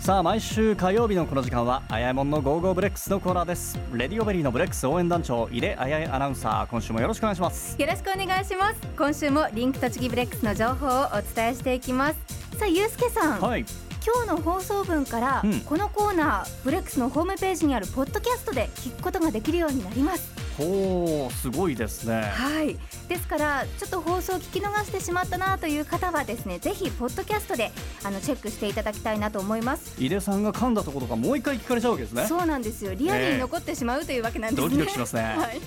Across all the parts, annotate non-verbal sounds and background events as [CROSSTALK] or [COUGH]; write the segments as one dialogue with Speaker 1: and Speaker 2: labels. Speaker 1: さあ毎週火曜日のこの時間はあやえもんのゴーゴーブレックスのコーナーですレディオベリーのブレックス応援団長井出あやえアナウンサー今週もよろしくお願いします
Speaker 2: よろしくお願いします今週もリンク栃木ブレックスの情報をお伝えしていきますさあゆうすけさん、
Speaker 1: はい
Speaker 2: 今日の放送分から、
Speaker 1: うん
Speaker 2: このコーナーブレックスのホームページにあるポッドキャストで聞くことができるようになります
Speaker 1: ほうすごいですね
Speaker 2: はいですからちょっと放送を聞き逃してしまったなという方はですねぜひポッドキャストであのチェックしていただきたいなと思います
Speaker 1: 井出さんが噛んだところがもう一回聞かれちゃうわけですね
Speaker 2: そうなんですよリアルに残ってしまうというわけなんですね、
Speaker 1: ドキドキしますね
Speaker 2: はい、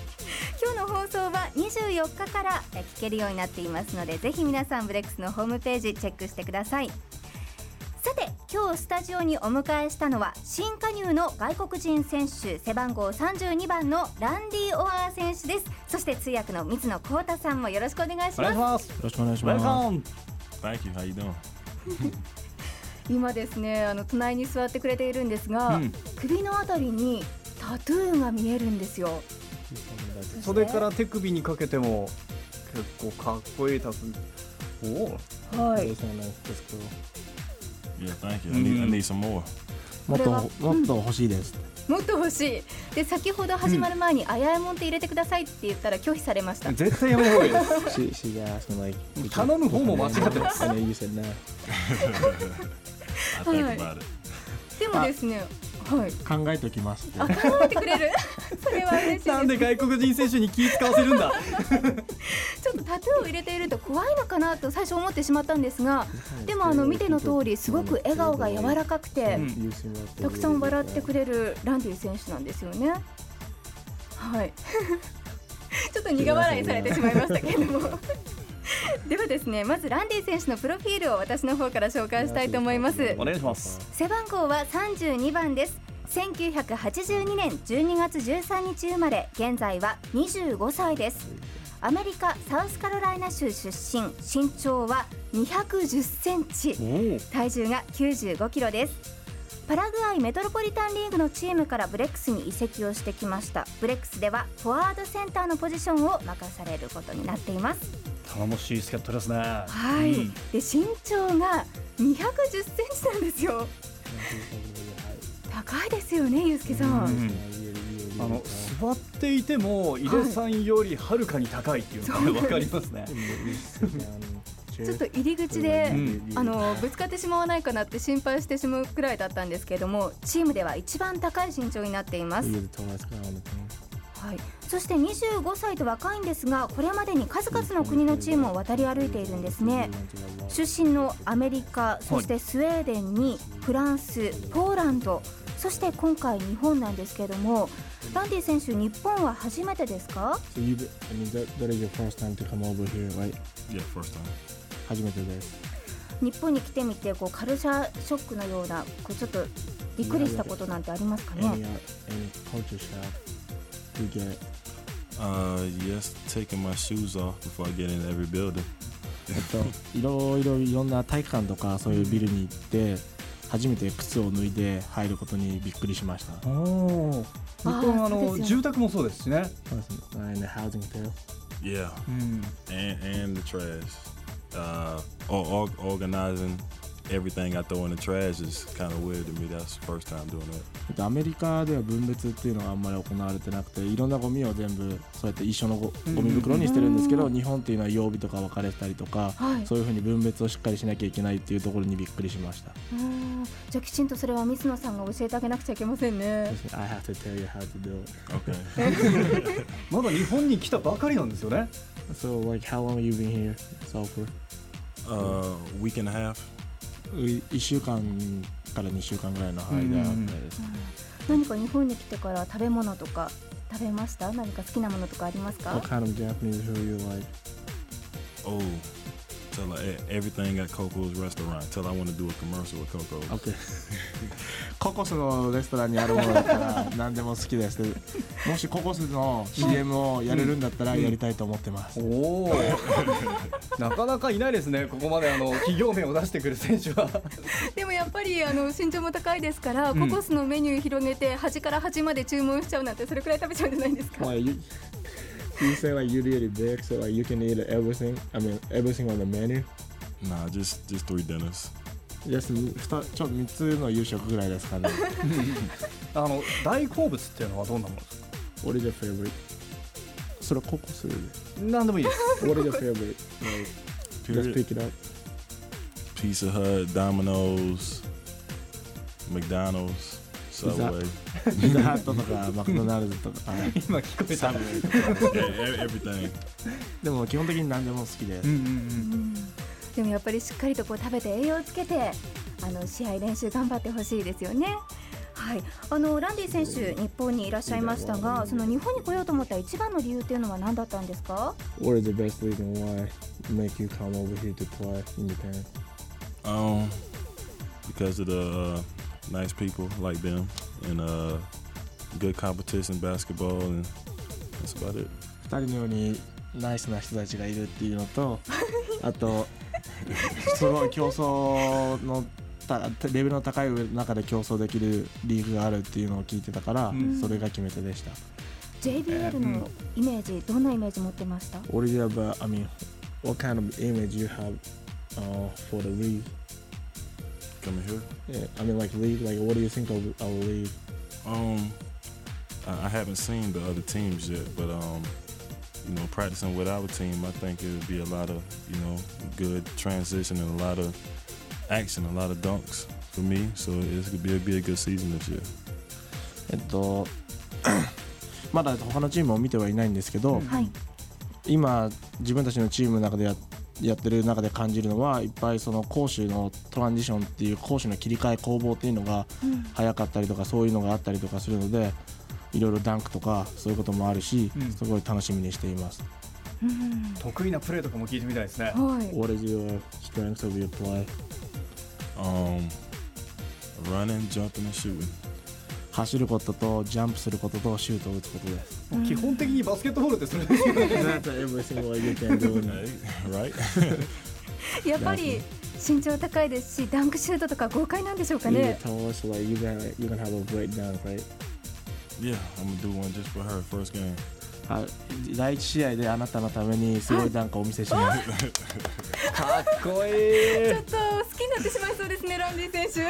Speaker 2: 今日の放送は24日からえ聞けるようになっていますのでぜひ皆さんブレックスのホームページチェックしてくださいさて今日スタジオにお迎えしたのは新加入の外国人選手背番号32番のランディ・オアー選手ですそして通訳の水野幸太さんもよろしくお願いし
Speaker 1: お
Speaker 2: ま
Speaker 1: 願い
Speaker 2: す
Speaker 1: します
Speaker 3: よろしくお願いし
Speaker 1: ウェル
Speaker 3: ま
Speaker 1: カム
Speaker 3: す。Thank you. How you doing?
Speaker 2: 今ですねあの隣に座ってくれているんですが、
Speaker 1: うん
Speaker 2: 首のあたりにタトゥーが見えるんですよ
Speaker 1: それから手首にかけても結構かっこいいタトゥーおお
Speaker 2: はい、
Speaker 3: Yeah, thank you. I need, I need some more.
Speaker 2: こ
Speaker 4: もっ
Speaker 2: とれは
Speaker 4: もっと欲しいです。
Speaker 2: もっと欲しいで先ほど始まる前に「あやえもんって入れてください」って言ったら拒否されました、
Speaker 1: 絶対やめた方が
Speaker 2: [LAUGHS]
Speaker 1: いいです
Speaker 4: She she asked me like
Speaker 1: 頼む方も間違ってます
Speaker 4: And then you said no.
Speaker 3: I think
Speaker 2: Alright.
Speaker 3: about it.
Speaker 2: でもですねはい
Speaker 4: 考えておきますって。
Speaker 2: あ考えてくれる [LAUGHS] それは嬉しいです
Speaker 1: なんで外国人選手に気使わせるんだ
Speaker 2: ちょっとタトゥーを入れていると怖いのかなと最初思ってしまったんですがでもあの見ての通りすごく笑顔が柔らかくて、
Speaker 1: ん
Speaker 4: You seem like
Speaker 2: たくさん笑ってく
Speaker 4: really
Speaker 2: れるランディ選手なんですよね。はい [LAUGHS] ちょっと苦笑いされてしまいましたけれどもではですねまずランディ選手のプロフィールを私の方から紹介したいと思います
Speaker 1: お願いします
Speaker 2: 背番号は32番です1982年12月13日生まれ現在は25歳ですアメリカサウスカロライナ州出身身長は210センチ
Speaker 1: おお
Speaker 2: 体重が95キロですパラグアイメトロポリタンリーグのチームからブレックスに移籍をしてきましたブレックスではフォワードセンターのポジションを任されることになっています
Speaker 1: 頼もしい助っ人ですね
Speaker 2: はい、
Speaker 1: うん
Speaker 2: で身長が210センチなんですよ高いですよねゆうすけさん、
Speaker 1: うん
Speaker 4: really
Speaker 1: あの
Speaker 4: tall.
Speaker 1: 座っていても井出さんよりはるかに高いっていうのが
Speaker 2: はい
Speaker 1: わかります
Speaker 5: [LAUGHS]
Speaker 1: ね
Speaker 4: We sit down in chair.
Speaker 2: ちょっと入り口
Speaker 4: We're
Speaker 2: で、
Speaker 1: うん
Speaker 4: like, really
Speaker 2: あ
Speaker 4: tall.
Speaker 2: のぶつかってしまわないかなって心配してしまうくらいだったんですけれどもチームでは一番高い身長になっています、
Speaker 4: You're the tallest guy on the team.
Speaker 2: はい、そして25歳と若いんですがこれまでに数々の国のチームを渡り歩いているんですね
Speaker 4: You went to a lot.
Speaker 2: 出身のアメリカそしてスウェーデンにフランスポーランドそして今回日本なんですけれどもランディ選手日本は初めてですか
Speaker 4: So you, I mean, that, that is your first time to come over here, right?
Speaker 3: Yeah, first time.
Speaker 4: 初めてです。
Speaker 2: 日本に来てみてこうカルチャーショックのようなこうちょっとびっくりしたことなんてありますか
Speaker 4: Any,
Speaker 2: ね
Speaker 4: uh, any culture shock you get
Speaker 3: Uh, yes, taking my shoes off before I get in every building.
Speaker 4: いろいろいろんな体育館とかそういうビルに行って初めて靴を脱いで入ることにびっくりしました。
Speaker 1: おお日本はあ
Speaker 2: あーそう
Speaker 1: の
Speaker 2: ですよ
Speaker 1: 住宅もそうですしね、
Speaker 4: そうですね。And the housing too.
Speaker 3: Yeah,
Speaker 1: うん、
Speaker 3: and and the trash. Uh, or, or, organizing everything I throw in the trash is kind of weird to me. That's the first time doing that.
Speaker 4: ちょっとアメリカでは分別っていうのがあんまり行われてなくていろんなゴミを全部そうやって一緒のゴゴミ袋にしてるんですけど日本っていうのは曜日とか分かれてたりとか
Speaker 2: はい
Speaker 4: そういうふうに分別をしっかりしなきゃいけないっていうところにびっくりしました。
Speaker 2: うんじゃあきちんとそれは水野さんが教えてあげなくちゃいけませんね
Speaker 4: そうですね I have to tell you how to do it.
Speaker 3: Okay.
Speaker 1: まだ日本に来たばかりなんですよね
Speaker 4: So like how long you been here so far?
Speaker 3: [LAUGHS] uh, week and a half.
Speaker 4: 1週間から2週間ぐらいの間ぐらいです。
Speaker 2: 何か日本に来てから食べ物とか食べました何か好きなものとかありますか
Speaker 4: What kind of Japanese food you like?
Speaker 3: Oh, tell her e- everything at Coco's restaurant. Tell her I want to do a commercial with Coco.
Speaker 4: OK [LAUGHS] ココスのレストランにあるものだったら何でも好きですもしココスの CM をやれるんだったらやりたいと思ってます、
Speaker 1: おお [LAUGHS] なかなかいないですねここまであの企業名を出してくる選手は
Speaker 2: でもやっぱりあの身長も高いですから、
Speaker 1: ん
Speaker 2: ココスのメニュー広げて端から端まで注文しちゃうなんてそれくらい食べちゃうんじゃないんですか
Speaker 4: Like, you, you say like you're really big so like you can eat everything I mean everything on the menu
Speaker 3: Nah, just just three dinners.
Speaker 4: ですねふたちょ3つの夕食ぐらいですかね
Speaker 5: [LAUGHS] あの大好物っていうのはどんなものですか
Speaker 4: 俺でフェイブリそれはココスで [LAUGHS]
Speaker 5: 何でもいいです [LAUGHS]
Speaker 4: 俺でフェイブリ Just
Speaker 3: Period.
Speaker 4: pick it up
Speaker 3: Pizza Hut, Domino's, McDonald's, Subway,
Speaker 4: ピザハットとかマクドナルドと [LAUGHS] か
Speaker 5: 今聞こえた
Speaker 3: yeah, [LAUGHS] e- everything.
Speaker 4: でも基本的に何でも好きです、
Speaker 5: うんうん
Speaker 2: でもやっぱりしっかりとこう食べて栄養をつけてあの試合練習頑張ってほしいですよね。はい、あのランディ選手、日本にいらっしゃいましたが、その日本に来ようと思った一番の理由っていうのは何だったんですか？
Speaker 4: What is the best reason why make you come over here to play in Japan?
Speaker 3: Um, because of the uh, nice people like them and uh, good competition basketball, and that's about it.
Speaker 4: 2人のようにナイスな人たちがいるっていうのと [LAUGHS] あとすごい競争のたレベルの高い中で競争できるリーグがあるっていうのを聞いてたから、
Speaker 5: うん
Speaker 4: それが決め手でした
Speaker 2: JBL のイメージ、どんなイメージ持ってました？
Speaker 4: What do you have, uh, I mean, what kind of image you have uh, for the league?
Speaker 3: Coming here.
Speaker 4: Yeah, I mean, like league, like what do you think of our league?
Speaker 3: Um, I, I haven't seen the other teams yet, but um, you know, practicing with our team, I think it would be a lot of you know good transition and a lot of action, a lot of dunks for me. So it's gonna be, be a good season this year.
Speaker 4: えっと [COUGHS] まだ他のチームを見てはいないんですけど、
Speaker 2: はい、
Speaker 4: 今自分たちのチームの中でややってる中で感じるのはいっぱいその攻守のトランジションっていう攻守の切り替え攻防っていうのが早かったりとかそういうのがあったりとかするのでいろいろダンクとかそういうこともあるし、
Speaker 5: うん
Speaker 4: すごい楽しみにしています。
Speaker 2: うん、
Speaker 5: 得意なプレーとかも聞いてみたいですね
Speaker 2: はい、
Speaker 4: What is your strength of your play?
Speaker 3: Um, running, jumping, and shooting.
Speaker 4: 走ることとジャンプすることとシュートを打つ
Speaker 2: [LAUGHS]
Speaker 4: ことです。
Speaker 5: 基本的にバスケットボールってそれですよ
Speaker 4: That's everything what you can do.
Speaker 3: Hey, [LAUGHS] right?
Speaker 2: やっぱり身長高いですし、ダンクシュートとか豪快なんでしょうか
Speaker 4: You get
Speaker 2: ね。
Speaker 4: tallest, like you gonna you gonna have a breakdown, right?
Speaker 3: yeah, I'm gonna do one just for her first game.
Speaker 4: あ第一試合であなたのためにすごいダンクをお見せします。
Speaker 1: [LAUGHS]
Speaker 4: [LAUGHS]
Speaker 1: かっこいい
Speaker 2: ちょっと好きになってしまいそうですね、ランディ選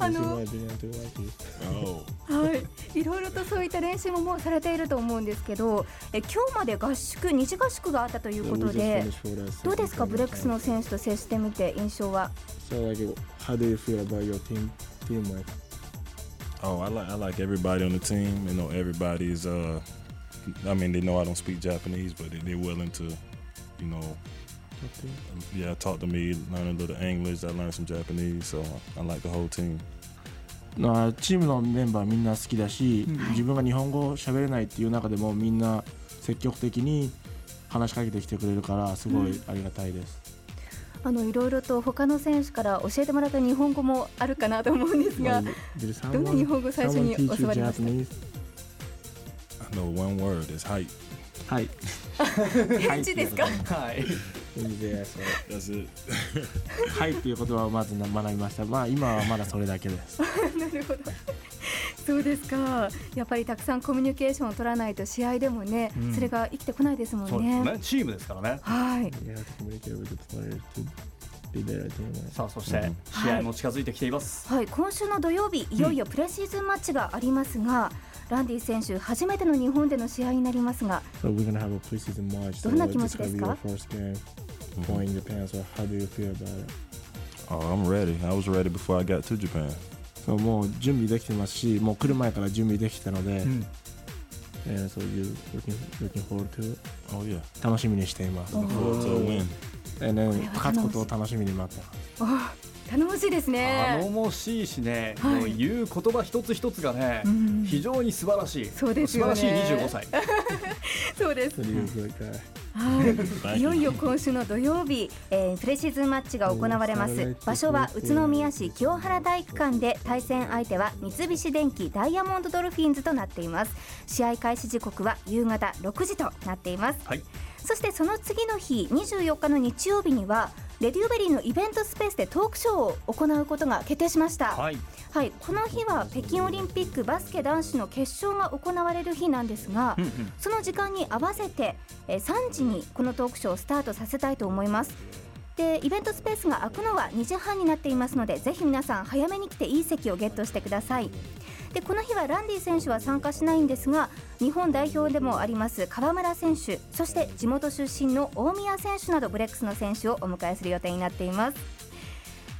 Speaker 2: あ
Speaker 4: [LAUGHS]
Speaker 2: の
Speaker 3: Oh,
Speaker 2: 手。はい、いろいろとそういった練習ももうされていると思うんですけど、え今日まで合宿、二次合宿があったということで、どうですか、ブレックスの選手と接してみて印象は。
Speaker 4: So like, how do you feel about your team? Teamwork.
Speaker 3: oh, I like I like everybody on the team. You know, everybody's. Uh, I mean, they know I don't speak Japanese, but they, they're willing to, you know, yeah, talk to me, learn a little English. I learned some Japanese, so I like the whole team.
Speaker 4: なチームのメンバーみんな好きだし、自分が日本語喋れないっていう中でもみんな積極的に話しかけてきてくれるからすごいありがたいです。
Speaker 2: あのいろいろと他の選手から教えてもらった日本語もあるかなと思うんですが、どんな日本語最初に教わりました
Speaker 3: I know one word. It's hype.
Speaker 4: た？はい。
Speaker 2: 返事ですか？
Speaker 5: [LAUGHS] はい
Speaker 3: That's it.
Speaker 4: はいっていう言葉をまず学びました。まあ今はまだそれだ
Speaker 2: [LAUGHS]
Speaker 4: けです。
Speaker 2: なるほど。そうですか。やっぱりたくさんコミュニケーションを取らないと試合でもね、
Speaker 5: うん
Speaker 2: それが生きてこないですも
Speaker 5: そうんで
Speaker 2: ね。
Speaker 5: すねチームですからね
Speaker 2: はい。
Speaker 4: You have to communicate with the player to be better at teamwork.
Speaker 5: さあそして試合も近づいてきています
Speaker 2: はい、今週の土曜日、いよいよプレシーズンマッチがありますが、ランディ選手、初めての日本での試合になりますが、
Speaker 4: So we're gonna have a preseason match. So
Speaker 2: どんな
Speaker 4: what
Speaker 2: 気持ち
Speaker 4: is
Speaker 2: で
Speaker 4: gonna
Speaker 2: す
Speaker 4: be
Speaker 2: か
Speaker 4: your first game playing Japan? So how do you feel about it?
Speaker 3: Oh, I'm ready. I was ready before I got to Japan.
Speaker 4: そうもう準備できてますし、もう来る前から準備できてたので、
Speaker 5: うん
Speaker 4: えー、そういう looking looking forward to it
Speaker 3: Oh yeah.
Speaker 4: 楽しみにしています。
Speaker 3: Look forward to a win.
Speaker 4: And then
Speaker 2: は
Speaker 4: 勝つことを楽しみに待ってます。
Speaker 2: 頼もしいです
Speaker 5: 頼
Speaker 2: ね。
Speaker 5: もしいしね、
Speaker 2: はい
Speaker 5: もう言う言葉一つ一つがね、
Speaker 2: うん
Speaker 5: 非常に素晴らしい
Speaker 2: そうですよね
Speaker 5: 素晴らしい25歳
Speaker 2: そうです。
Speaker 4: So you feel like that?
Speaker 5: [LAUGHS]
Speaker 2: はい
Speaker 3: Thank
Speaker 2: い
Speaker 3: you.
Speaker 2: よいよ今週の土曜日、えープレシーズンマッチが行われます場所は宇都宮市清原体育館で対戦相手は三菱電機ダイヤモンドドルフィンズとなっています試合開始時刻は夕方6時となっています、
Speaker 5: はい
Speaker 2: そしてその次の日24日の日曜日にはレディオベリーのイベントスペースでトークショーを行うことが決定しました、
Speaker 5: はい
Speaker 2: はい、この日は北京オリンピックバスケ男子の決勝が行われる日なんですが、その時間に合わせてえー3時にこのトークショーをスタートさせたいと思いますでイベントスペースが開くのは2時半になっていますのでぜひ皆さん早めに来ていい席をゲットしてくださいでこの日はランディ選手は参加しないんですが日本代表でもあります河村選手そして地元出身の大宮選手などブレックスの選手をお迎えする予定になっています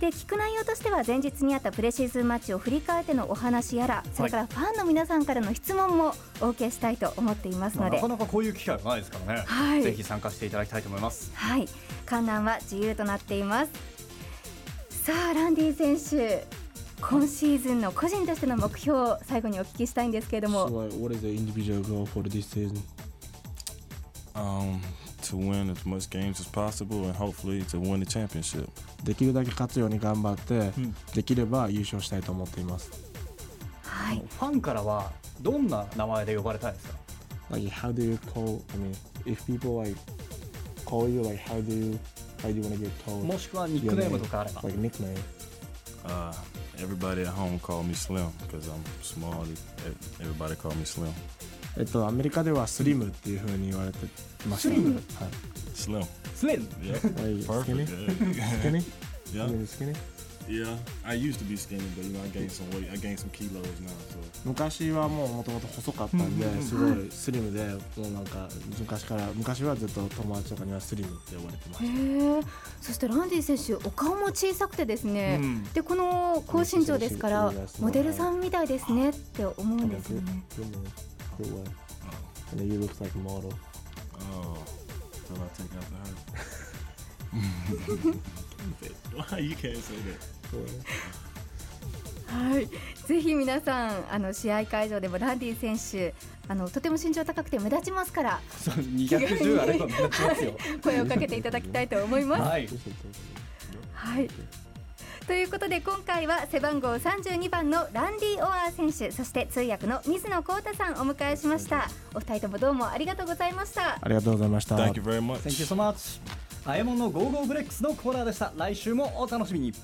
Speaker 2: で聞く内容としては前日にあったプレシーズンマッチを振り返ってのお話やらそれからファンの皆さんからの質問もお受けしたいと思っています
Speaker 5: まあ
Speaker 2: ので、
Speaker 5: なかなかこういう機会はないですからね、
Speaker 2: はい
Speaker 5: ぜひ参加していただきたいと思います
Speaker 2: はい、観覧は自由となっています。さあ、ランディ選手、今シーズンの個人としての目標を最後にお聞きしたいんですけれど
Speaker 4: So,
Speaker 2: も、
Speaker 4: uh, what is the individual goal for this season?
Speaker 3: Um, to win as much games as possible and hopefully to win the championship.
Speaker 4: できるだけ勝つように頑張って、
Speaker 5: うん
Speaker 4: できれば優勝したいと思っています。
Speaker 2: は
Speaker 5: あ
Speaker 2: い
Speaker 5: の、ファンからはどんな名前で呼ばれたいですか
Speaker 4: Like, how do you call? I mean, if people like call you, like, how do you, how do you want to get called?
Speaker 5: もしくはニックネームとかあれば
Speaker 4: Like nickname.
Speaker 3: Uh, everybody at home called me Slim because I'm small. Ev- Everybody called me Slim.
Speaker 4: えっと、アメリカではスリムっていうふうに言われてました。
Speaker 5: スリム
Speaker 4: はい。
Speaker 3: Slim.
Speaker 5: 常に
Speaker 3: Yep.
Speaker 4: Like,
Speaker 3: [LAUGHS] Perfect. [LAUGHS] yeah.
Speaker 4: skinny?
Speaker 3: yeah.
Speaker 4: Skinny? Skinny?
Speaker 3: Yeah. I used to be skinny, but you know, I gained some weight. I gained some kilos now. So
Speaker 4: 昔はもうもともと細かったんで、すごいスリムで、もうなんか、昔から、昔はずっと友達とかにはスリムって呼ばれてまし
Speaker 2: へ
Speaker 4: た。
Speaker 2: えそしてランディ選手、お顔も小さくてですね、
Speaker 5: うん
Speaker 2: でこの高身長ですから、モデルさんみたいですねって思うんですよね。
Speaker 4: Good man. Good way. And then you look like a model.
Speaker 3: Oh, till I take after her. [LAUGHS] Why you can't say that?
Speaker 2: はい、ぜひ皆さん、あの試合会場でもランディ選手、あのとても身長高くて目立ちますから、
Speaker 5: そう210あれば [LAUGHS]
Speaker 2: [LAUGHS]
Speaker 5: 目立ちますよ
Speaker 2: 声をかけていただきたいと思います。
Speaker 5: はい
Speaker 2: はい。ということで今回は背番号32番のランディ・オアー選手そして通訳の水野幸太さんをお迎えしましたお二人ともどうもありがとうございました
Speaker 4: ありがとうございま
Speaker 3: tá
Speaker 4: した。
Speaker 3: Uh, Thank you very much.
Speaker 5: Thank you so much あやもんのゴーゴーブレックスのコーナーでした来週もお楽しみに